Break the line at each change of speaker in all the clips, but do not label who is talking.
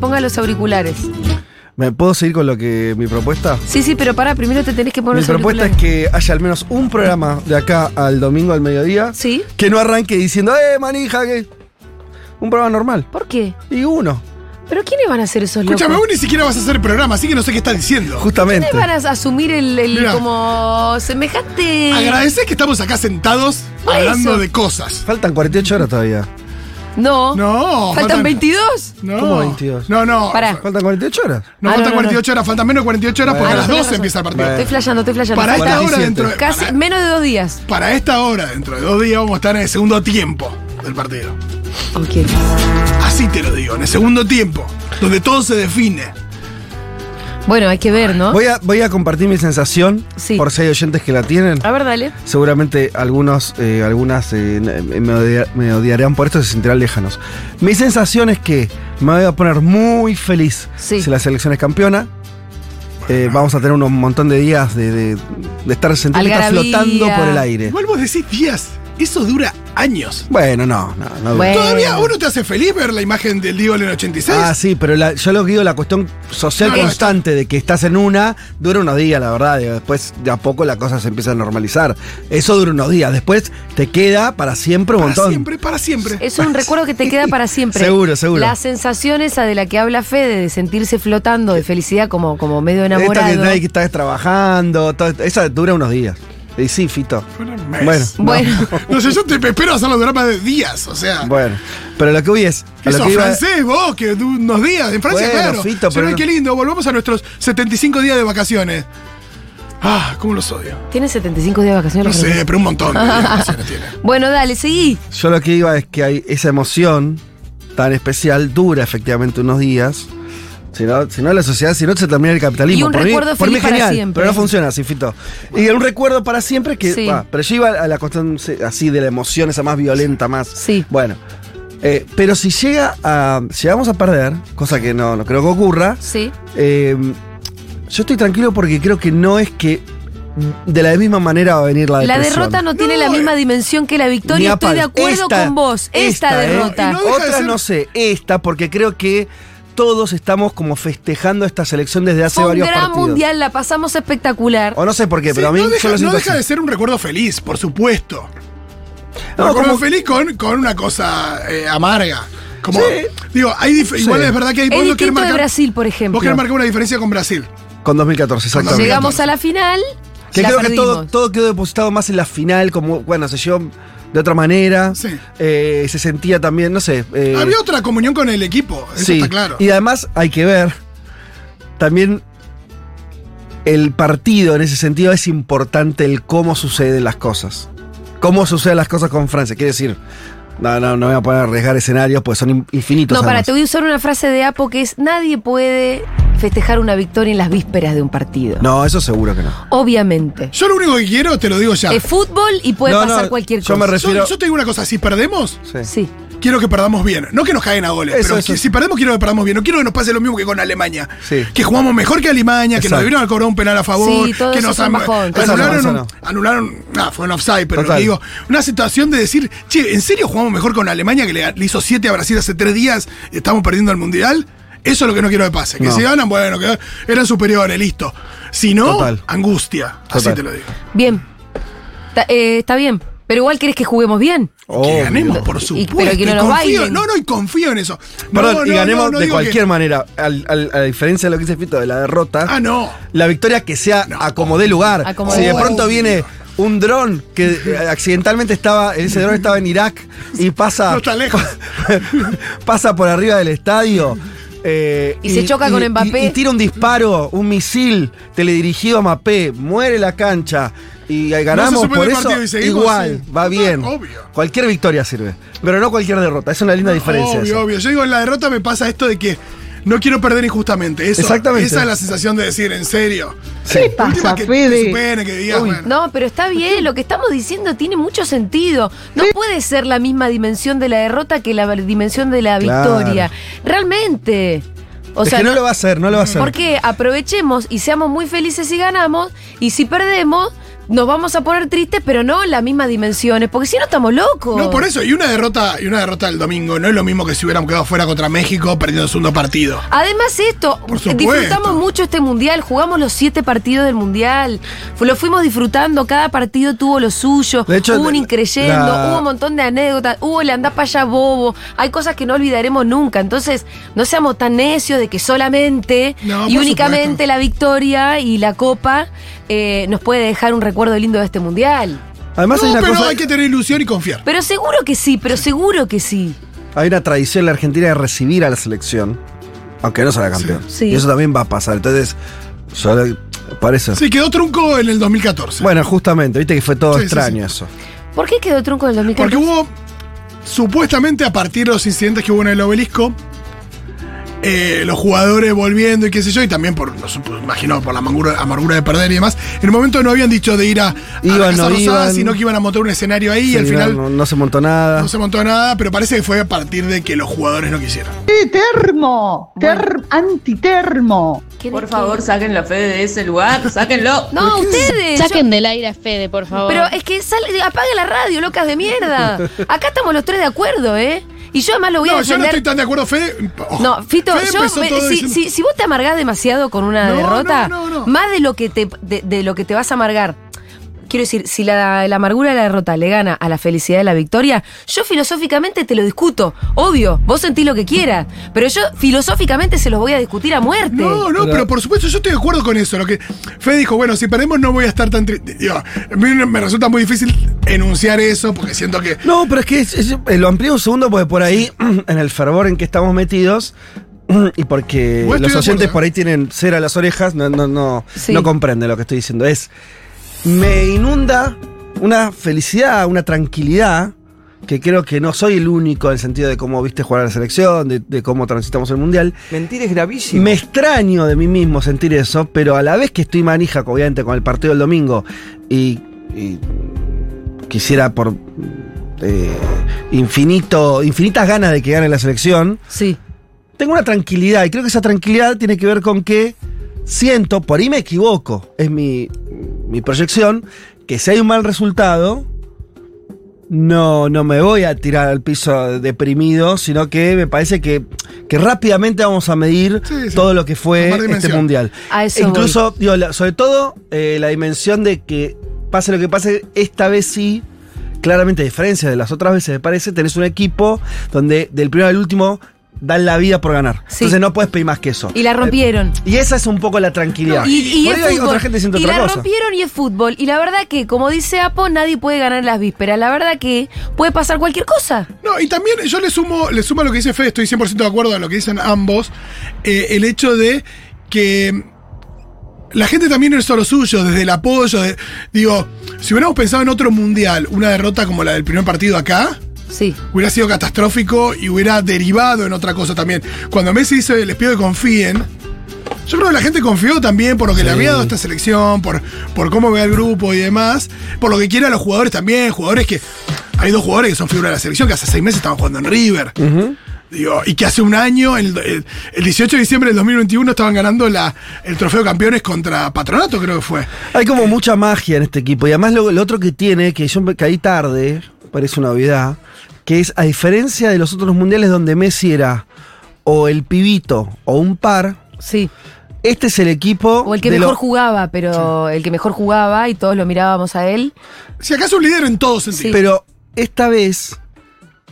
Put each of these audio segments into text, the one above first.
ponga los auriculares.
¿Me puedo seguir con lo que mi propuesta?
Sí, sí, pero para, primero te tenés que poner
Mi
los
propuesta es
auriculares.
que haya al menos un programa de acá al domingo al mediodía
Sí.
que no arranque diciendo, ¡eh, manija! Que... Un programa normal.
¿Por qué?
Y uno,
¿Pero quiénes van a hacer esos locos?
Escúchame, vos ni siquiera vas a hacer programa, así que no sé qué estás diciendo.
justamente.
¿Quiénes van a asumir el, el
Mirá.
como semejante?
Agradecés que estamos acá sentados
Por
hablando
eso.
de cosas.
Faltan 48 horas todavía.
No.
No,
¿Faltan 22?
No.
¿Cómo 22?
No, no.
Pará.
Faltan 48 horas.
No
Ah, no,
faltan
no,
48 horas, faltan menos de 48 horas
Ah,
porque
Bueno.
a las 12 empieza el partido.
Estoy flasheando, estoy flasheando.
Para esta
Falta
hora
47.
dentro de.
Casi
para-
menos de dos días.
Para esta hora, dentro de dos días, vamos a estar en el segundo tiempo del partido.
Ok.
Así te lo digo, en el segundo tiempo, donde todo se define.
Bueno, hay que ver, ¿no?
Voy a, voy a compartir mi sensación
Sí.
por si hay oyentes que la tienen.
A ver, dale.
Seguramente algunos, eh, algunas eh, n- me, odia- me odiarán por esto, se sentirán lejanos. Mi sensación es que me voy a poner muy feliz
Sí.
si la selección es campeona. Eh, vamos a tener un montón de días de, de- de estar sentido que está
Algarabía.
flotando por el aire.
Igual vos decís días, eso dura años.
Bueno, no, no, no.
Bueno.
Todavía uno te hace feliz ver la imagen del Diego en el 86.
Ah, sí, pero la- yo lo que digo, la cuestión social
No, no,
constante de que estás en una, dura unos días, la verdad. digo, Después, de a poco, la cosa se empieza a normalizar. Eso dura unos días. Después, te queda para siempre un
para
montón.
siempre, para siempre.
Es un recuerdo que te queda para siempre.
Seguro, seguro.
La sensación esa de la que habla Fede, de sentirse flotando, de felicidad como, como medio enamorado.
Esta que nadie que estás trabajando, todo esto, esa dura unos días. Y sí, Fito.
Dura un mes.
Bueno,
Bueno,
No sé, yo te espero hacerlo durar más de días, o sea.
Bueno, pero lo que voy es. a
Que
lo
sos
que iba-
francés vos, que du- unos días. En Francia,
Bueno,
claro.
Fito,
pero
pero no-
qué lindo, volvamos a nuestros 75 días de vacaciones. Ah, cómo los odio.
¿tienes 75 días de
No
vacaciones?
sé, pero un montón de días de vacaciones tiene.
Bueno, dale, seguí.
Yo lo que iba es que hay esa emoción tan especial dura efectivamente unos días. Si no, si no la sociedad, si no se termina el capitalismo.
Y un
por
recuerdo
mí, por mí
feliz para
genial,
siempre.
Pero no funciona así, Fito. Y un recuerdo para siempre que.
Sí.
va, pero yo iba a la cuestión se- así de la emoción, esa más violenta, más.
Sí.
Bueno. eh, pero si llega a. Llegamos a perder, cosa que no, no creo que ocurra.
Sí.
eh, yo estoy tranquilo porque creo que no es que de la misma manera va a venir la
La
depresión.
derrota no, tiene
No,
la misma
eh,
dimensión que la
Ni
victoria. Estoy
apal-
de acuerdo
esta-
con vos. Esta,
¿eh?
derrota.
Y no- deja de
Otra
ser-
no sé, esta, porque creo que todos estamos como festejando esta selección desde hace
Fue un
varios
gran
partidos.
mundial, la pasamos espectacular.
O no sé por qué,
Sí,
pero a mí
no
yo
deja,
lo siento
no deja
así.
de ser un recuerdo feliz, por supuesto.
No,
un recuerdo
como-
feliz con, con una cosa eh, amarga. Como,
Sí.
digo, hay dif- igual es verdad que hay
es
vos no querés
distinto de
marcar-
Brasil, por
Vos querés
ejemplo.
marcar una diferencia con Brasil.
Con 2014, exactamente.
Llegamos a la final.
que
la
creo que
perdimos.
todo, todo quedó depositado más en la final, como, bueno, se llevó de otra manera.
Sí.
Eh, se sentía también, no sé. eh,
Había otra comunión con el equipo, Pues eso
sí.
está claro.
Y además hay que ver también el partido en ese sentido es importante el cómo suceden las cosas. Cómo suceden las cosas con Francia. Quiere decir, no, no, no voy a poner a arriesgar escenarios pues son in- infinitos.
No, para,
además.
te voy a usar una frase de Apo que es: Nadie puede festejar una victoria en las vísperas de un partido.
No, eso seguro que no.
Obviamente.
Yo lo único que quiero, te lo digo ya.
Es fútbol y puede
No,
pasar
no,
cualquier
yo
cosa.
me
Yo-
refiero-
yo te digo una cosa, si perdemos,
Sí.
Sí.
Quiero que perdamos bien. No que nos caguen a goles,
Eso,
pero
eso.
que si perdemos, quiero que perdamos bien. No quiero que nos pase lo mismo que con Alemania.
Sí.
Que jugamos mejor que Alemania, que
Exacto.
nos debieron cobrar un penal a favor,
Sí, todo
que
eso
nos
es un
am-
bajón.
Eso no,
anularon.
eso
un-
no.
anularon nah, fue un offside, pero lo
Total.
que digo. Una situación de decir, che, ¿en serio jugamos mejor con Alemania que le, le hizo 7 a Brasil hace 3 días? Estamos perdiendo el mundial. Eso es lo que no quiero que pase. Que
No.
si ganan, bueno, que eran superiores, listo. Si no,
Total.
angustia. Así
Total.
te lo digo.
Bien. Ta- eh, está bien. Pero igual querés que juguemos bien.
Que Oh,
Obvio.
ganemos, por
Y-
supuesto.
pero que no
y
nos
confío,
bailen.
no, no, y confío en eso.
Perdón,
No,
y
no,
ganemos
no, no
de
digo que-
cualquier manera. Al- al- a diferencia de lo que dice Fito de la derrota.
Ah, no.
La victoria que sea a como dé lugar.
A como
si
dé
de
lugar.
pronto viene un dron que eh, accidentalmente estaba, ese dron estaba en Irak y pasa,
No está lejos.
pasa por arriba del estadio. eh,
Y se choca con Mbappé.
Y, y tira un disparo, un misil teledirigido a Mbappé, muere la cancha y ahí
No
ganamos
se supone
por
el
eso.
partido y seguimos,
igual,
sí.
va
Ah,
bien.
obvio.
Cualquier victoria sirve, pero no cualquier derrota. Es una linda diferencia.
Obvio,
esa.
obvio. Yo digo, en la derrota me pasa esto de que no quiero perder injustamente. Eso,
Exactamente.
Esa es la sensación de decir, en serio.
Sí.
La última
pasa,
que
Fede?
te superen, que digas, bueno.
No, pero está bien, lo que estamos diciendo tiene mucho sentido. No puede ser la misma dimensión de la derrota que la dimensión de la
Claro.
victoria. Realmente. O
Es
sea,
que no lo va a hacer, no lo va a hacer.
porque aprovechemos y seamos muy felices si ganamos, y si perdemos, nos vamos a poner tristes, pero no en las mismas dimensiones, porque si no estamos locos.
No, por eso, y una derrota, y una derrota el domingo, no es lo mismo que si hubiéramos quedado fuera contra México perdiendo el segundo partido.
Además esto,
Por supuesto.
disfrutamos mucho este mundial, jugamos los siete partidos del mundial, fu- lo fuimos disfrutando, cada partido tuvo lo suyo,
De hecho,
hubo un
la-
increyendo,
la-
hubo un montón de anécdotas, hubo el andá para allá bobo, hay cosas que no olvidaremos nunca, entonces no seamos tan necios de que solamente
No,
y
por
únicamente
supuesto.
la victoria y la copa eh, nos puede dejar un recuerdo lindo de este mundial.
Además hay
No,
una
pero
cosa,
hay que tener ilusión y confiar.
Pero seguro que sí, pero seguro que sí.
hay una tradición en la Argentina de recibir a la selección, aunque no sea campeón.
Sí.
Y eso también va a pasar. Entonces, yo le- por eso.
Sí, quedó trunco en el 2014.
Bueno, justamente, viste que fue todo
Sí, sí,
extraño eso.
¿Por qué quedó trunco del 2014?
Porque hubo, supuestamente a partir de los incidentes que hubo en el obelisco, eh, los jugadores volviendo y qué sé yo, y también por, no sé, pues, imagino, por la amargura, amargura de perder y demás, en el momento no habían dicho de ir a, a la
Iban,
Casa
no
Rosada,
iban.
sino que iban a montar un escenario ahí y al
Sí,
final
no, no se montó nada.
no se montó nada, pero parece que fue a partir de que los jugadores no quisieron.
¡Eh, termo! Ter ¡Antitermo!
¿Quién
Por
es
favor,
que-
saquen la fe de ese lugar, sáquenlo.
No, ustedes. yo-
Saquen del aire a Fede, por favor.
Pero es que sale, apague la radio, locas de mierda. Acá estamos los tres de acuerdo, ¿eh? Y yo además lo voy a
No, yo no
defender.
estoy tan de acuerdo, Fede. Ojo,
No, Fito,
Fede
yo
empezó
me-
todo
si,
diciendo-
si- si vos te amargás demasiado con una
No,
derrota,
no, no, no.
más de lo que te de, de lo que te vas a amargar. Quiero decir, si la, la amargura de la derrota le gana a la felicidad de la victoria, yo filosóficamente te lo discuto. Obvio, vos sentís lo que quieras, pero yo filosóficamente se los voy a discutir a muerte.
No, no,
Pero-
pero, por supuesto yo estoy de acuerdo con eso. Lo que Fede dijo, bueno, si perdemos no voy a estar tan triste. Digo, a mí me resulta muy difícil enunciar eso porque siento que...
No, pero es que es- es- eh, lo amplío un segundo porque por ahí, en el fervor en que estamos metidos, y porque
Bueno, estoy
los oyentes
de acuerdo, ¿eh?
por ahí tienen cera a las orejas, no, no, no,
Sí.
no comprenden lo que estoy diciendo. Es, me inunda una felicidad, una tranquilidad, que creo que no soy el único en el sentido de cómo viste jugar a la selección, de, de cómo transitamos el Mundial.
Mentir es gravísimo.
Me extraño de mí mismo sentir eso, pero a la vez que estoy manija, obviamente, con el partido del domingo y, y quisiera por eh, infinito, infinitas ganas de que gane la selección,
Sí.
tengo una tranquilidad y creo que esa tranquilidad tiene que ver con que siento, por ahí me equivoco, es mi, mi proyección, que si hay un mal resultado, no, no me voy a tirar al piso deprimido, sino que me parece que, que rápidamente vamos a medir
Sí, sí.
todo lo que fue
Tomar
este
dimensión.
mundial.
A eso
Incluso, digo, la- sobre todo, eh, la dimensión de que pase lo que pase, esta vez sí, claramente a diferencia de las otras veces, me parece, tenés un equipo donde del primero al último dan la vida por ganar.
Sí.
Entonces no puedes pedir más que eso.
Y la rompieron.
Eh, y esa es un poco la tranquilidad.
Y, y
Por
es
ahí hay
fútbol.
otra gente diciendo
y
otra
la
cosa.
rompieron y es fútbol. Y la verdad que, como dice Apo, nadie puede ganar en las vísperas. La verdad que puede pasar cualquier cosa.
No, y también yo le sumo, le sumo a lo que dice Fede, estoy 100% de acuerdo a lo que dicen ambos, eh, el hecho de que la gente también hizo lo suyo, desde el apoyo, de- digo, si hubiéramos pensado en otro mundial, una derrota como la del primer partido acá,
Sí.
hubiera sido catastrófico y hubiera derivado en otra cosa también. Cuando Messi dice, les pido que confíen, yo creo que la gente confió también por lo que le había dado esta selección, por, por cómo ve al grupo y demás, por lo que quiera a los jugadores también, jugadores que... Hay dos jugadores que son figuras de la selección que hace seis meses estaban jugando en River. Digo, y que hace un año, el, el- el 18 de diciembre del 2021, estaban ganando la, el trofeo de campeones contra Patronato, creo que fue.
Hay como mucha magia en este equipo. Y además lo, lo otro que tiene, que yo me caí tarde, parece una obviedad, que es a diferencia de los otros mundiales donde Messi era o el pibito o un par,
Sí.
este es el equipo...
O el que
de
mejor
lo-
jugaba, pero el que mejor jugaba y todos lo mirábamos a él.
Si acaso un líder en todo sentido.
Pero esta vez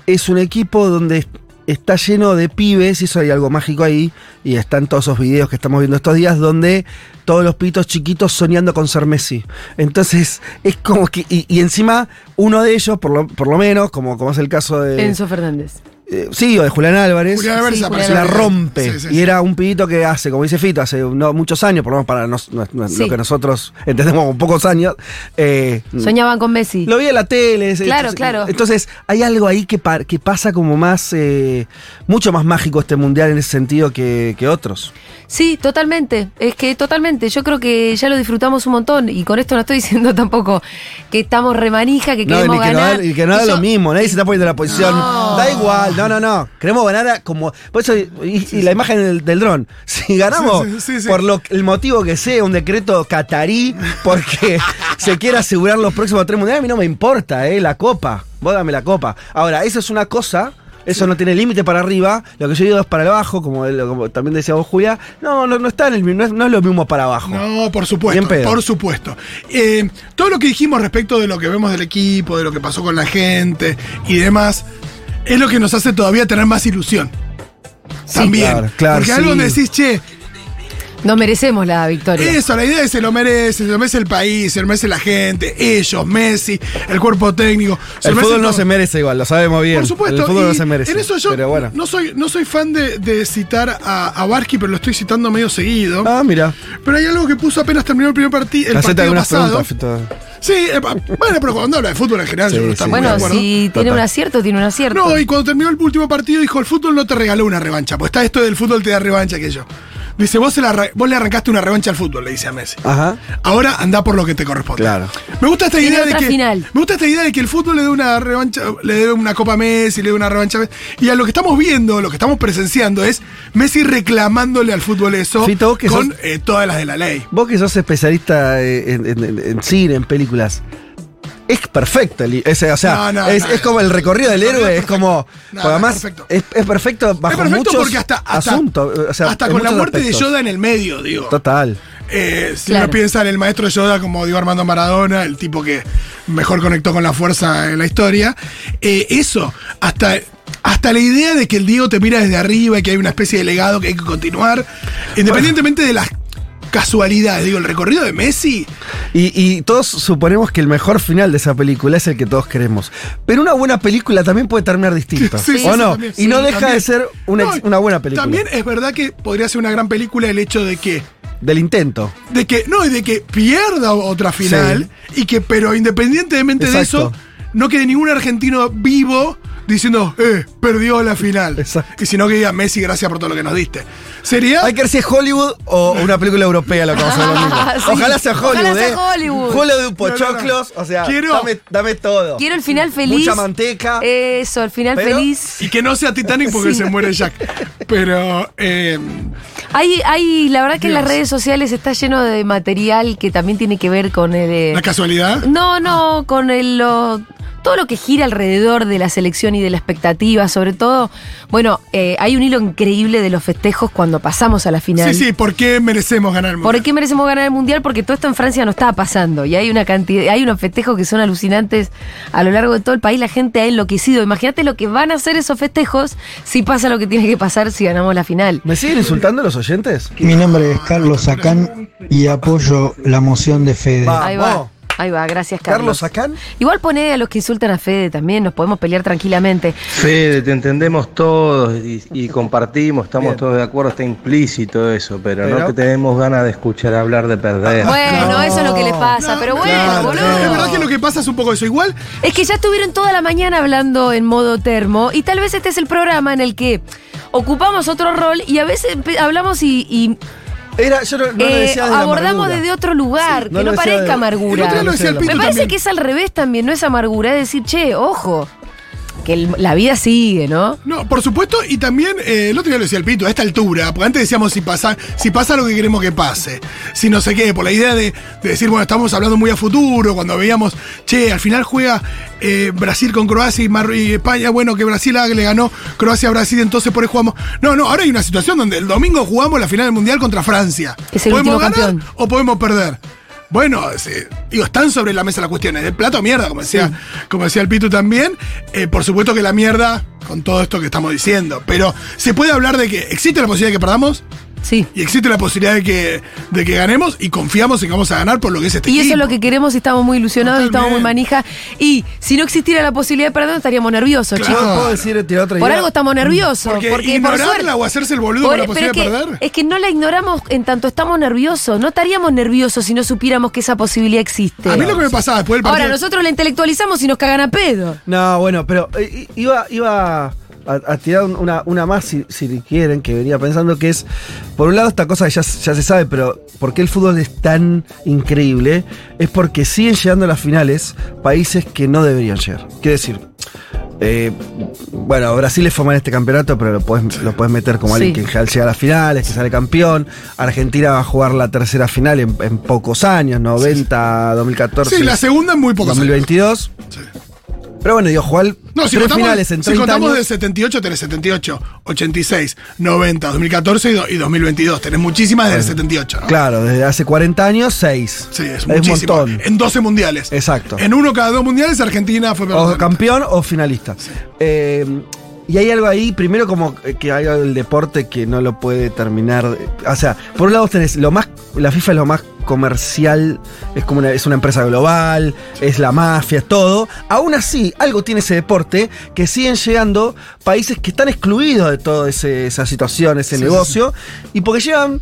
es un equipo donde est- está lleno de pibes, y eso hay algo mágico ahí, y están todos esos videos que estamos viendo estos días, donde todos los pitos chiquitos soñando con ser Messi. Entonces, es como que. Y, y encima, uno de ellos, por lo, por lo menos, como, como es el caso de.
Enzo Fernández.
eh, sí, o de Julián Álvarez.
Julián Álvarez apareció.
la rompe.
Sí, sí,
Y
sí.
era un pibito que hace, como dice Fito, hace no, muchos años, por lo menos para nos- no- no-
Sí.
lo que nosotros entendemos como pocos años. eh,
Soñaban con Messi.
lo vi en la tele. ese-
Claro,
entonces-
claro.
Entonces, hay algo ahí que, pa- que pasa como más. eh, mucho más mágico este mundial en ese sentido que, que otros.
Sí, totalmente. Es que totalmente. Yo creo que ya lo disfrutamos un montón. Y con esto no estoy diciendo tampoco que estamos remanija, que
No,
queremos
ni que no
ganar.
da- y que no da
Eso-
lo mismo. Nadie se está poniendo en la posición. Da igual, No, no, no. Queremos ganar a- como. Por eso, y, y la imagen del, del dron. Si ganamos
Sí, sí, sí, sí.
por lo, el motivo que sea, un decreto catarí, porque se quiere asegurar los próximos tres mundiales, a mí no me importa, ¿eh? La copa. Vos dame la copa. Ahora, eso es una cosa. Eso no tiene límite para arriba, lo que yo digo es para abajo, como, como también decía vos, Julia. No, no, no está en el mi- no es, no es lo mismo para abajo.
No, por
Bien
supuesto,
pedo.
por supuesto. Eh, todo lo que dijimos respecto de lo que vemos del equipo, de lo que pasó con la gente y demás, es lo que nos hace todavía tener más ilusión. También.
claro, claro,
Porque algo
sí.
donde decís, che,
Nos merecemos la victoria.
eso, la idea es se lo merece, se lo merece el país, se lo merece la gente, ellos, Messi, el cuerpo técnico. se
El
lo merece
fútbol no
todo.
se merece igual, lo sabemos bien.
Por supuesto.
El fútbol no
y
se merece.
En eso yo
pero bueno.
no, soy, no soy fan de, de citar a, a Barsky, pero lo estoy citando medio seguido.
Ah, mira.
Pero hay algo que puso apenas terminó el primer partido, el
Hacete
partido
algunas
pasado.
preguntas.
Sí, eh, pa- bueno, pero cuando habla de fútbol en general,
Sí,
yo no estaba
sí.
muy de
bueno,
acuerdo.
si tiene
Total.
un acierto, tiene un acierto.
No, y cuando terminó el último partido dijo, el fútbol no te regaló una revancha, pues está esto del fútbol te da revancha que yo. Dice, vos, se la arra- vos le arrancaste una revancha al fútbol, le dice a Messi.
Ajá.
Ahora anda por lo que te corresponde.
Claro.
Me gusta esta
Tiene
idea de
otra
que
final.
me gusta esta idea de que el fútbol le dé una revancha, le dé una copa a Messi, le dé una revancha a Messi. Y a lo que estamos viendo, lo que estamos presenciando es Messi reclamándole al fútbol eso
Fito, vos que
con
sos-
eh, todas las de la ley.
Vos que sos especialista eh, en, en- en- en cine, en películas. Es perfecto, el- ese, o sea,
No, no,
es,
no,
es como el recorrido del
no, no,
héroe,
es
es como. porque
No, no,
además,
es perfecto.
es, es perfecto bajo
es perfecto
muchos
porque hasta, hasta,
asuntos. o sea,
hasta
en
con la
muchos
muerte de
aspectos.
Yoda en el medio, digo.
Total.
Eh, si
Claro.
uno piensa en el maestro Yoda como Diego Armando Maradona, el tipo que mejor conectó con la fuerza en la historia, eh, eso, hasta, hasta la idea de que el Diego te mira desde arriba y que hay una especie de legado que hay que continuar, independientemente de las casualidades, digo, el recorrido de Messi,
Y, y todos suponemos que el mejor final de esa película es el que todos queremos. Pero una buena película también puede terminar distinta.
Sí, sí,
¿O
sí,
no?
también,
y
sí,
no deja
también.
de ser una, ex-
No,
una buena película.
También es verdad que podría ser una gran película el hecho de que
Del intento.
de que no y de que pierda otra final y que pero independientemente de
Exacto.
eso no quede ningún argentino vivo diciendo eh perdió la final
Exacto.
y sino que diga Messi gracias por todo lo que nos diste sería
Hay que ver si es Hollywood o una película europea lo que vamos a ver lo mismo.
Ah, sí.
Ojalá sea Hollywood.
Ojalá sea
¿eh?
Hollywood.
pochoclos, o sea,
Quiero-
dame, dame todo.
Quiero el final feliz. Eh,
Mucha manteca.
Eso, el final
Pero-
feliz.
y que no sea Titanic porque
Sí.
se muere Jack pero eh,
Hay, hay, la verdad que en las
Dios.
redes sociales está lleno de material que también tiene que ver con el. eh,
la casualidad
No, no, con el, lo- todo lo que gira alrededor de la selección y de la expectativa, sobre todo. Bueno, eh, hay un hilo increíble de los festejos cuando pasamos a la final.
sí sí por qué merecemos ganar el
¿Por
Mundial?
qué merecemos ganar el mundial? Porque todo esto en Francia no estaba pasando y hay una cantidad, hay unos festejos que son alucinantes a lo largo de todo el país. La gente ha enloquecido. Imagínate lo que van a hacer esos festejos si pasa lo que tiene que pasar si ganamos la final.
¿Me siguen insultando los oyentes?
Mi nombre es Carlos Sacán y apoyo la moción de Fede.
Va.
Ahí
Vamos.
va, ahí va. Gracias,
Carlos
Carlos.
Sacán.
Igual pone a los que insultan a Fede también. Nos podemos pelear tranquilamente.
Fede, te entendemos todos y, y compartimos, estamos
Bien.
todos de acuerdo, está implícito eso, pero,
Pero-
no te tenemos ganas de escuchar hablar de perder.
Bueno,
no.
eso es lo que les pasa, pero bueno,
claro,
boludo.
no.
es verdad que lo que pasa es un poco eso igual
Es que ya estuvieron toda la mañana hablando en modo termo y tal vez este es el programa en el que ocupamos otro rol y a veces empe- hablamos y, y,
Era, yo no, no lo
eh,
decía desde la
abordamos
amargura.
desde otro lugar,
no
que no
lo decía
parezca
de-
el
amargura.
otro día lo
no sé,
decía el
lo-
Me
Pitu
parece
también.
que es al revés también, no es amargura, es decir, che, ojo, que el- la vida sigue, ¿no?
No, por supuesto, y también eh, el otro día lo decía el Pito, a esta altura, porque antes decíamos si pasa, si pasa lo que queremos que pase, si no sé qué, por la idea de, de decir, bueno, estamos hablando muy a futuro, cuando veíamos, che, al final juega eh, Brasil con Croacia y, Mar- y España, bueno, que Brasil ah, le ganó Croacia a Brasil, entonces por ahí jugamos. No, no, ahora hay una situación donde el domingo jugamos la final del Mundial contra Francia.
Es el
podemos
último
ganar
campeón.
o podemos perder. Bueno, sí, digo, están sobre la mesa las cuestiones. El plato mierda, como decía, como decía el Pitu también. Eh, por supuesto que la mierda con todo esto que estamos diciendo. Pero se puede hablar de que existe la posibilidad de que perdamos
Sí.
y existe la posibilidad de que, de que ganemos y confiamos en que vamos a ganar por lo que es este
Y eso es lo
equipo.
que queremos y estamos muy ilusionados y estamos muy
Totalmente.
manija. Y si no existiera la posibilidad de perder, estaríamos nerviosos,
Claro.
Yo
chicos.
puedo decir, tirar otra
Por
idea?
algo estamos nerviosos.
Porque,
Porque, por
ignorarla
suerte.
o hacerse el boludo
Por-
con la
pero es
posibilidad
que,
de perder.
es que no la ignoramos en tanto estamos nerviosos. No estaríamos nerviosos si no supiéramos que esa posibilidad existe.
a mí lo que me pasaba después del partido.
Ahora, nosotros la intelectualizamos y nos cagan a pedo.
No, bueno, pero eh, i- iba, iba a, a tirar un- una, una más, si, si quieren, que venía pensando que es, por un lado, esta cosa que ya, ya se sabe, pero ¿por qué el fútbol es tan increíble? Es porque siguen llegando a las finales países que no deberían llegar. Quiero decir, Eh, bueno, Brasil es fama en este campeonato, pero lo puedes lo podés meter como alguien
Sí.
que en general llega a las finales, que sale campeón. Argentina va a jugar la tercera final en, en pocos años, 90, 2014,
Sí, la segunda en muy pocos años.
2022.
Sí.
Pero bueno, digo, jugar
No, si
tres
contamos,
finales en
si
30
contamos
años.
de 78, tenés 78, 86, 90, 2014 y, do- y 2022. Tenés muchísimas desde el 78. ¿no?
Claro, desde hace 40 años, 6.
Sí, es,
un
muchísimo.
montón.
En 12 mundiales.
Exacto.
En uno cada dos mundiales, Argentina fue
O
perdedora.
campeón o finalista. Eh, y hay algo ahí, primero como eh, que hay algo del deporte que no lo puede terminar. O sea, por un lado tenés lo más. La FIFA es lo más comercial, es como una, es una empresa global, es la mafia, es todo. Aún así, algo tiene ese deporte que siguen llegando países que están excluidos de toda ese- esa situación, ese negocio, y porque llegan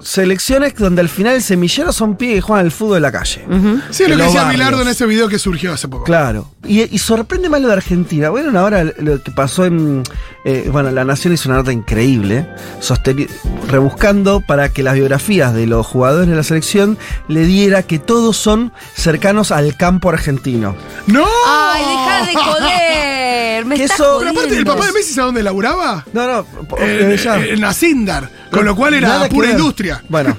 selecciones donde al final el semillero son pibes que juegan al fútbol de la calle.
Sí, lo
en
que
los
decía
barrios.
Bilardo en ese video que surgió hace poco.
Claro. Y, y sorprende más lo de Argentina. Bueno, ahora lo que pasó en. eh, bueno, La Nación hizo una nota increíble, sosteni- rebuscando para que las biografías de los jugadores de la selección le diera que todos son cercanos al campo argentino.
¡No!
¡Ay, deja de joder! Me
Que
estás
eso-
jodiendo.
Pero aparte, ¿el papá de Messi sabe dónde laburaba?
No, no, po-
En,
eh, ya.
en Asindar. Con lo cual era
Nada que
pura
ver.
industria.
Bueno.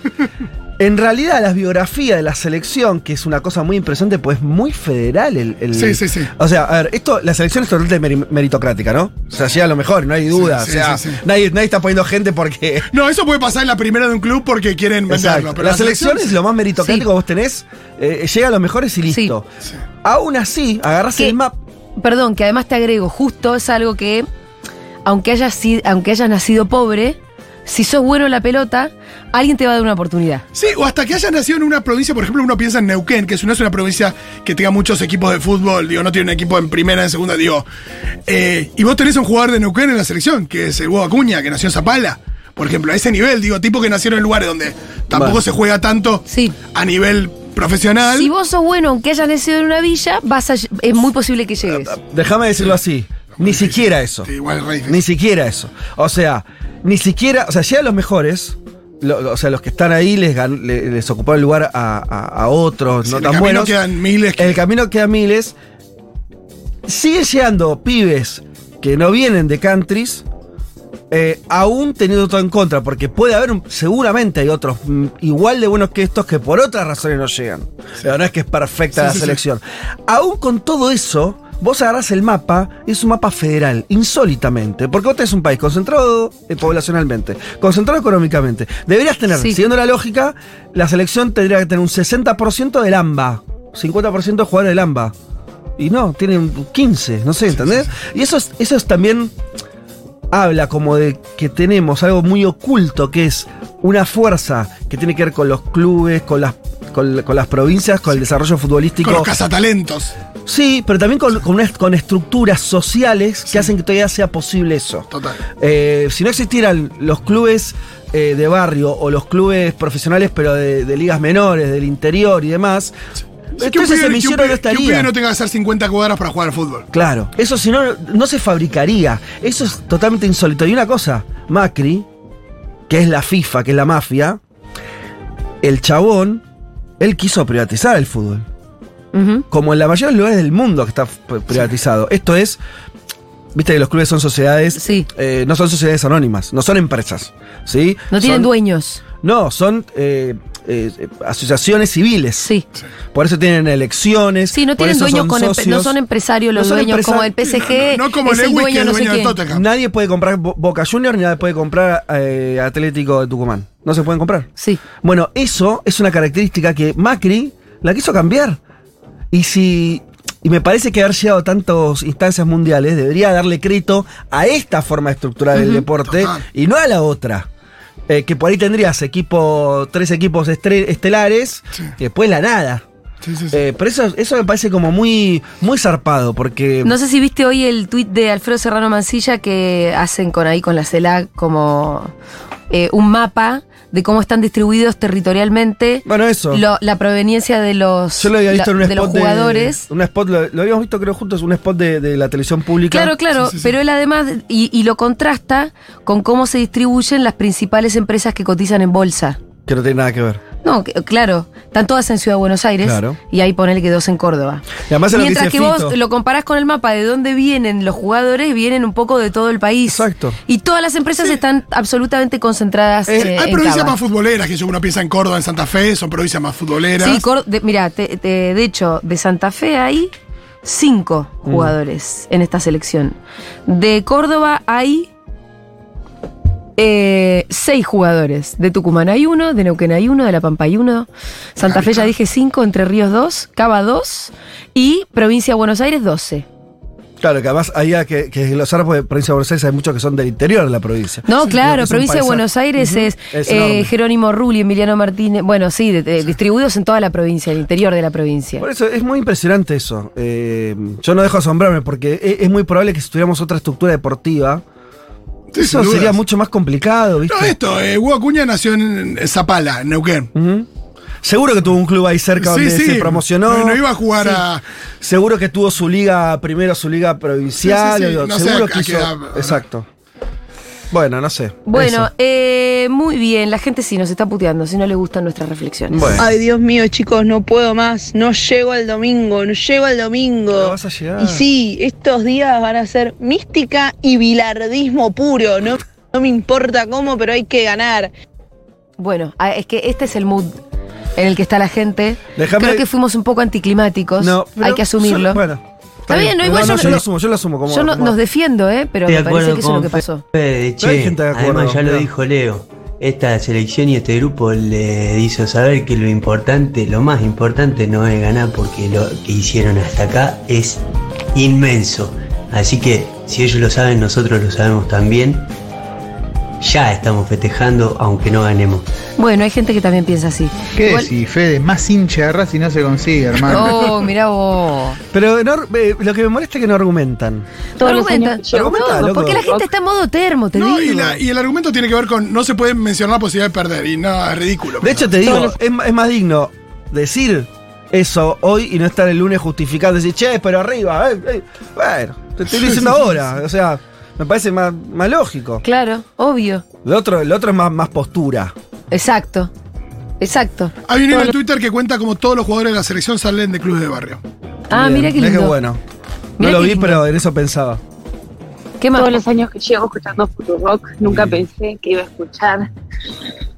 En realidad, las biografías de la selección, que es una cosa muy impresionante, pues es muy federal el, el-
Sí, sí, sí.
O sea, a ver, esto, la selección es totalmente meri- meritocrática, ¿no? O sea, llega a lo mejor, no hay duda.
sí,
o sea,
sí, sí.
Nadie, nadie está poniendo gente porque.
No, eso puede pasar en la primera de un club porque quieren venderlo.
Exacto.
Pero
La selección es lo más meritocrático
Sí.
que vos tenés. eh, llega a los mejores y listo.
Sí.
Aún así, agarrás
Que-
el mapa.
Perdón, que además te agrego, justo es algo que, aunque hayas, si- aunque hayas nacido pobre, si sos bueno en la pelota, alguien te va a dar una oportunidad.
Sí, o hasta que hayas nacido en una provincia, por ejemplo, uno piensa en Neuquén, que es una, es una provincia que tenga muchos equipos de fútbol, digo, no tiene un equipo en primera, en segunda, digo. eh, y vos tenés un jugador de Neuquén en la selección, que es el Hugo Acuña, que nació en Zapala, por ejemplo, a ese nivel, digo, tipo que nacieron en lugares donde tampoco
Bueno.
se juega tanto
Sí.
a nivel profesional.
Si vos sos bueno, aunque hayas nacido en una villa, vas a, ll- es muy posible que llegues.
Ah,
Déjame decirlo así. Ni siquiera eso.
Sí, igual, re difícil.
Ni siquiera eso. O sea, ni siquiera. O sea, llegan los mejores. lo- lo- o sea, los que están ahí les, gan- le- les ocuparon el lugar a, a- a otros,
Sí,
no
en el
tan
camino
buenos.
quedan miles que-
En el camino quedan miles. Siguen llegando pibes que no vienen de countries. eh, aún teniendo todo en contra, porque puede haber, un- seguramente hay otros mm, igual de buenos que estos que por otras razones no llegan. La verdad es que es perfecta
Sí,
la
sí, sí.
selección. Aún con todo eso, vos agarrás el mapa, es un mapa federal, insólitamente, porque vos tenés un país concentrado eh, poblacionalmente, concentrado económicamente. Deberías tener,
Sí.
siguiendo la lógica, la selección tendría que tener un 60% del AMBA, 50% de jugadores del AMBA. Y no, tienen 15, no sé, ¿entendés? Y eso es, eso es también habla como de que tenemos algo muy oculto que es una fuerza que tiene que ver con los clubes, con las, con, con las provincias, con el desarrollo futbolístico.
Con los cazatalentos,
Sí, pero también con, con, unas- con estructuras sociales que hacen que todavía sea posible eso.
total.
Eh, si no existieran los clubes eh, de barrio o los clubes profesionales, pero de, de ligas menores, del interior y demás,
Sí, que un
entonces
pibe-
ese
que un
millón
pibe-
no
Que un pibe
estaría.
no tenga que hacer 50 cuadras para jugar al fútbol.
Claro, eso si no, no se fabricaría. Eso es totalmente insólito. Y una cosa, Macri, que es la FIFA, que es la mafia, el chabón, él quiso privatizar el fútbol.
ah.
Ujú.
Como en la mayoría de los lugares del mundo que está p- privatizado. Esto es, viste que los clubes son sociedades,
Sí.
eh, no son sociedades anónimas, no son empresas, ¿sí?
No tienen
Son-
dueños.
No, son eh, eh, eh, asociaciones civiles.
Sí.
Por eso tienen elecciones.
Sí, no
por
tienen
eso
dueños
son
con empe- no
socios.
son empresarios los
No son
dueños
empresa-
como el PSG,
No, no como
es el
Lewis,
dueño,
que es
no sé
dueño de
quién.
Tottenham.
Nadie puede comprar Bo- Boca Junior ni nadie puede comprar eh, Atlético de Tucumán. No se pueden comprar.
Sí.
Bueno, eso es una característica que Macri la quiso cambiar. Y si. Y me parece que haber llegado a tantas instancias mundiales debería darle crédito a esta forma estructural del deporte
Total.
y no a la otra. Eh, que por ahí tendrías equipo, tres equipos estre- estelares
Sí.
y después la nada.
Sí, sí, sí.
Eh, pero eso, eso me parece como muy, muy zarpado porque.
No sé si viste hoy el tuit de Alfredo Serrano Mancilla que hacen con ahí con la CELAC como eh, un mapa de cómo están distribuidos territorialmente
bueno, eso.
lo- la proveniencia de los,
Yo lo había
la-
visto en un
de
spot
los jugadores.
De, un spot, lo, lo habíamos visto creo juntos, un spot de, de la televisión pública.
Claro, claro,
Sí, sí, sí.
pero él además, y, y lo contrasta con cómo se distribuyen las principales empresas que cotizan en bolsa.
Que no tiene nada que ver.
No, que- claro, Están todas en Ciudad de Buenos Aires
Claro.
y ahí ponele que dos en Córdoba.
Y además es lo que
Mientras
dice
que vos
Fito.
lo comparás con el mapa de dónde vienen los jugadores, vienen un poco de todo el país.
Exacto.
Y todas las empresas están absolutamente concentradas
Eh,
eh,
hay
en
provincias
Cava.
más futboleras, que yo uno piensa en Córdoba, en Santa Fe, son provincias más futboleras.
Sí, Cor- de- mira, te- te- de hecho, de Santa Fe hay cinco
Mm.
jugadores en esta selección. De Córdoba hay eh, seis jugadores. De Tucumán hay uno, de Neuquén hay uno, de La Pampa hay uno. Santa Fe ya dije cinco, Entre Ríos dos, Cava dos y Provincia de Buenos Aires doce.
Claro, que además allá que, que en los árboles de provincia de Buenos Aires hay muchos que son del interior de la provincia.
No,
Sí,
claro,
que son
provincia de
paisa-
Buenos Aires
Ujú.
es, eh,
enorme.
Jerónimo Rulli, Emiliano Martínez, bueno, sí, de- de- distribuidos en toda la provincia, el interior de la provincia.
Por eso es muy impresionante eso. Eh, yo no dejo asombrarme porque e- es, muy probable que si tuviéramos otra estructura deportiva,
Sí, sin
eso
dudas.
sería mucho más complicado, ¿viste?
No, esto, eh, Hugo Acuña nació en en Zapala, en Neuquén.
Ujú. Seguro que tuvo un club ahí cerca donde se promocionó.
No, no iba a jugar
Sí.
a.
Seguro que tuvo su liga, primero su liga provincial.
Sí, sí, sí.
digo,
No sé
seguro
a-
que
a
hizo.
qué edad, ¿no?
Exacto. Bueno, no sé.
Bueno,
Eso.
eh, muy bien. La gente sí nos está puteando, si no le gustan nuestras reflexiones.
Bueno.
Ay, Dios mío, chicos, no puedo más. No llego al domingo, no llego al
Pero
domingo.
vas a llegar.
Y sí, estos días van a ser mística y bilardismo puro. No, no me importa cómo, pero hay que ganar.
Bueno, ah, es que este es el mood en el que está la gente.
Déjame-
Creo que fuimos un poco anticlimáticos.
No, pero
Hay que asumirlo.
yo- bueno.
Está bien, no, igual yo,
yo lo
no-
asumo, yo lo asumo como.
yo no-
como-
nos defiendo, ¿eh? Pero
Estoy
me
de
parece
acuerdo
que eso es lo que
con
pasó.
Fede,
hay
che,
gente de acuerdo,
además ya
mirá.
lo dijo Leo. Esta selección y este grupo le hizo saber que lo importante, lo más importante no es ganar porque lo que hicieron hasta acá es inmenso. Así que si ellos lo saben, nosotros lo sabemos también. Ya estamos festejando aunque no ganemos.
Bueno, hay gente que también piensa así.
¿Qué
Igual-
decís, Fede? Más hincha de Racing no se consigue, hermano.
Oh, mirá vos.
Pero no- eh, lo que me molesta es que no argumentan.
Todos los
Argumenta-
años que llego.
Argumenta,
No,
loco.
porque la gente está en modo termo, te
No, y,
digo.
la- y el argumento tiene que ver con. No se puede mencionar la posibilidad de perder. Y no, es ridículo.
De hecho, te digo, es, ma- es más digno decir eso hoy y no estar el lunes justificando. Decir, che, pero arriba. eh, eh". Bueno, te estoy diciendo ahora. O sea, me parece más, más lógico.
Claro, obvio.
Lo otro, lo otro es más, más postura.
Exacto. Exacto.
Hay un hilo en Twitter que cuenta como todos los jugadores de la selección salen de clubes de barrio.
Ah,
Bien,
mira qué
mirá
lindo.
bueno. No
Mirá
lo
qué
vi,
lindo.
pero en eso pensaba.
¿Qué más?
Todos los años que llevo escuchando Futurock, nunca pensé que iba a escuchar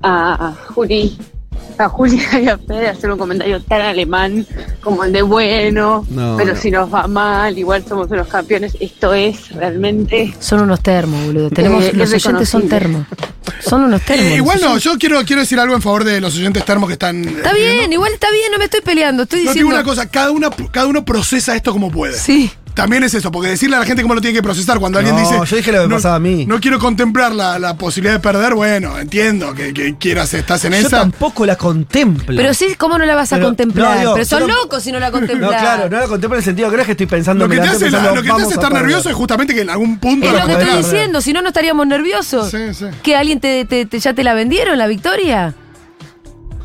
a Juli, a Julia y a Fede hacer un comentario tan alemán como el de bueno,
No,
pero
no.
si nos va mal, igual somos unos campeones. Esto es realmente
Son unos termos, boludo. Tenemos,
Eh, es
los oyentes son
reconocible.
termos. Son unos termos.
Eh,
los
igual no,
oyentes.
yo quiero, quiero decir algo en favor de los oyentes termos que están.
Está bien, igual está bien, no me estoy peleando. Estoy
No
diciendo.
digo una cosa, cada, una, cada uno procesa esto como puede.
Sí.
También es eso, porque decirle a la gente cómo lo tiene que procesar cuando alguien
No,
dice.
yo dije lo que
no,
pasaba a mí".
No quiero contemplar la, la posibilidad de perder, bueno, entiendo que, que quieras, estás en
Yo
esa.
tampoco la contemplo.
Pero sí, ¿cómo no la vas a
Pero-
contemplar?
no, digo,
pero
yo
sos
no-
loco si no la
No,
contemplas.
claro, no la contemplo en el sentido que no es que estoy pensando
Lo que
me
te
levanté
hace, la-
pensando,
lo que te hace
"Vamos a
estar
perder".
nervioso es justamente que en algún punto
Es
la
lo que estoy
contemplas.
diciendo, si no, no estaríamos nerviosos.
Sí, sí.
¿Que alguien te, te- te- ya te la vendieron, la victoria?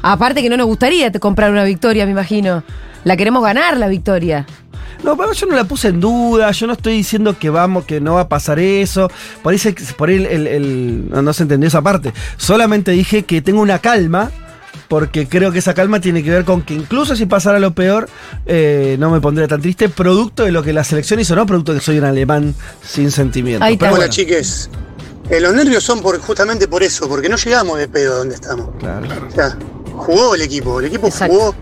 Aparte que no nos gustaría te comprar una victoria, me imagino. La queremos ganar, la victoria.
No, pero yo no la puse en duda, yo no estoy diciendo que vamos, que no va a pasar eso. Por ahí, se- por ahí el, el- el- no, no se entendió esa parte. Solamente dije que tengo una calma, porque creo que esa calma tiene que ver con que incluso si pasara lo peor, eh, no me pondría tan triste, producto de lo que la selección hizo, no producto de que soy un alemán sin sentimiento.
Ahí está.
Hola
Bueno,
chiques, Eh, los nervios son por, justamente por eso, porque no llegamos de pedo donde estamos.
Claro.
O sea, jugó el equipo, el equipo
Exacto.
jugó.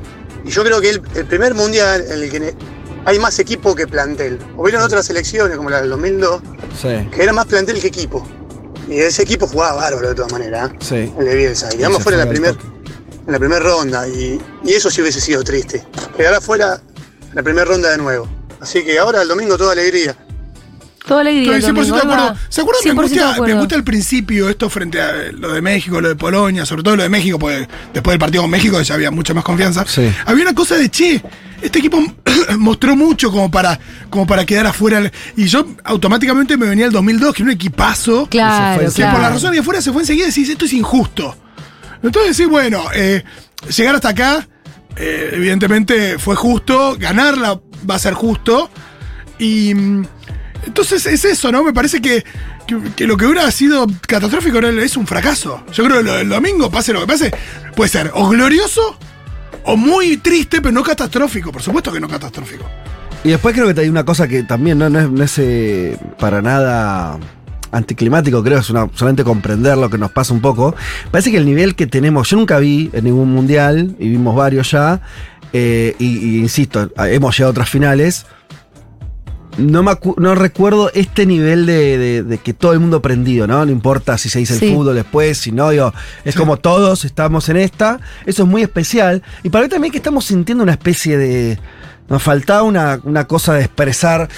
Y yo creo que el, el primer mundial en el que ne- hay más equipo que plantel. Hubieron otras elecciones como la del 2002,
Sí,
que era más plantel que equipo. Y ese equipo jugaba bárbaro de todas maneras, ¿eh?
sí.
el de Bielsa. Y
se
quedamos fuera en la
fue
primera
al
en la primera ronda. Y, y eso sí hubiese sido triste. Quedará fuera en la primera ronda de nuevo. Así que ahora el domingo toda alegría.
Toda alegría.
Estoy 100%
domingo,
de
ahí va.
acuerdo. ¿Se acuerdan? Me
100% de
angustia, me
acuerdo.
angustia al principio esto frente a eh, lo de México, lo de Polonia, sobre todo lo de México, porque después del partido con México ya había mucha más confianza.
Sí.
Había una cosa de che, este equipo mostró mucho como para, como para quedar afuera. Y yo automáticamente me venía el 2002, que era un equipazo.
Claro,
Se fue,
Que por la
claro.
razón de afuera se fue enseguida y decís, esto es injusto. Entonces decís, bueno, eh, llegar hasta acá, eh, evidentemente fue justo, ganarla va a ser justo. Y mm, entonces es eso, ¿no? Me parece que, que- que lo que hubiera sido catastrófico era- es un fracaso. Yo creo que lo del domingo, pase lo que pase, puede ser o glorioso o muy triste, pero no catastrófico. Por supuesto que no catastrófico.
Y después creo que hay una cosa que también no, no es, no es, eh, para nada anticlimático, creo, es una, solamente comprender lo que nos pasa un poco. Parece que el nivel que tenemos, yo nunca vi en ningún mundial, y vimos varios ya, eh, y, y insisto, hemos llegado a otras finales. No, me acu- no recuerdo este nivel de, de- de que todo el mundo prendido, ¿no? No importa si se dice el
Sí.
fútbol después, si no, digo, es como todos estamos en esta. Eso es muy especial. Y para mí también que estamos sintiendo una especie de. Nos faltaba una, una cosa de expresar.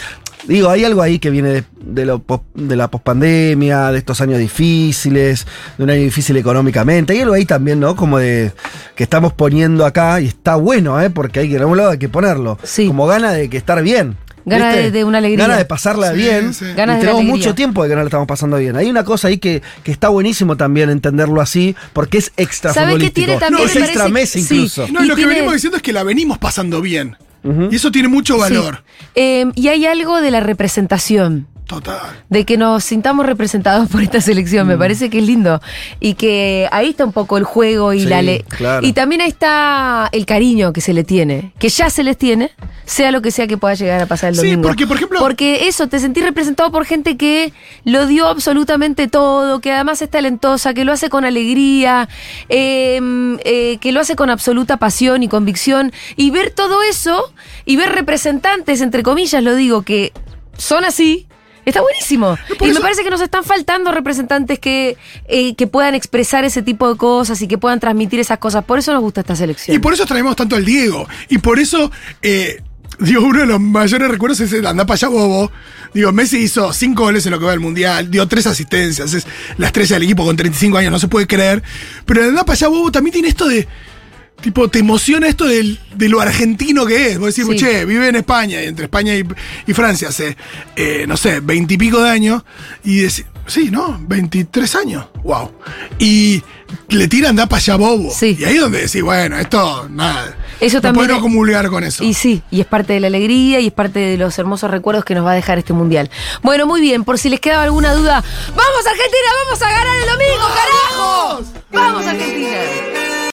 Digo, hay algo ahí que viene de, de lo pos- de la pospandemia, de estos años difíciles, de un año difícil económicamente. Hay algo ahí también, ¿no? Como de que estamos poniendo acá y está bueno, ¿eh? Porque hay que, en algún lado hay que ponerlo. Como gana de que estar bien.
Gana
¿viste?
de, de una alegría.
Ganas de pasarla
Sí,
bien.
sí.
Y
Ganas de
tenemos
alegría.
mucho tiempo de que no la estamos pasando bien. Hay una cosa ahí que, que está buenísimo también entenderlo así, porque es extra
¿Sabe qué
futbolístico.
tiene también?
es
Me
extra
parece-
Messi
sí.
incluso.
No, y
Y
lo
tiene-
que venimos diciendo es que la venimos pasando bien. Y eso tiene mucho valor.
Sí. Eh, y hay algo de la representación.
Total.
De que nos sintamos representados por esta selección,
Mm.
me parece que es lindo. Y que ahí está un poco el juego y
Sí,
la le-
claro.
Y también ahí está el cariño que se le tiene, que ya se les tiene, sea lo que sea que pueda llegar a pasar el
Sí,
domingo.
porque, por ejemplo-
Porque eso, te sentís representado por gente que lo dio absolutamente todo, que además es talentosa, que lo hace con alegría, eh, eh, que lo hace con absoluta pasión y convicción. Y ver todo eso, y ver representantes, entre comillas lo digo, que son así. Está buenísimo.
por
y
eso-
me parece que nos están faltando representantes que, eh, que puedan expresar ese tipo de cosas y que puedan transmitir esas cosas. Por eso nos gusta esta selección.
Y por eso traemos tanto al Diego. Y por eso, eh, digo, uno de los mayores recuerdos es el andá para allá, bobo. Digo, Messi hizo cinco goles en lo que va del mundial, dio tres asistencias, es la estrella del equipo con 35 años, no se puede creer. Pero el andá para allá, bobo también tiene esto de. Tipo, te emociona esto del- de lo argentino que es. Vos decís,
Sí.
che, vive en España, y entre España y, y Francia hace, eh, no sé, veintipico de años. Y decís, sí, ¿no? 23 años. Wow. Y le tiran da para allá bobo. Y ahí es donde decís, bueno, esto, nada.
Eso
no
también
puedo
es-
no comulgar con eso.
Y sí, y es parte de la alegría y es parte de los hermosos recuerdos que nos va a dejar este mundial. Bueno, muy bien, por si les quedaba alguna duda, ¡vamos Argentina! ¡Vamos a ganar el domingo, carajo! ¡Vamos Argentina!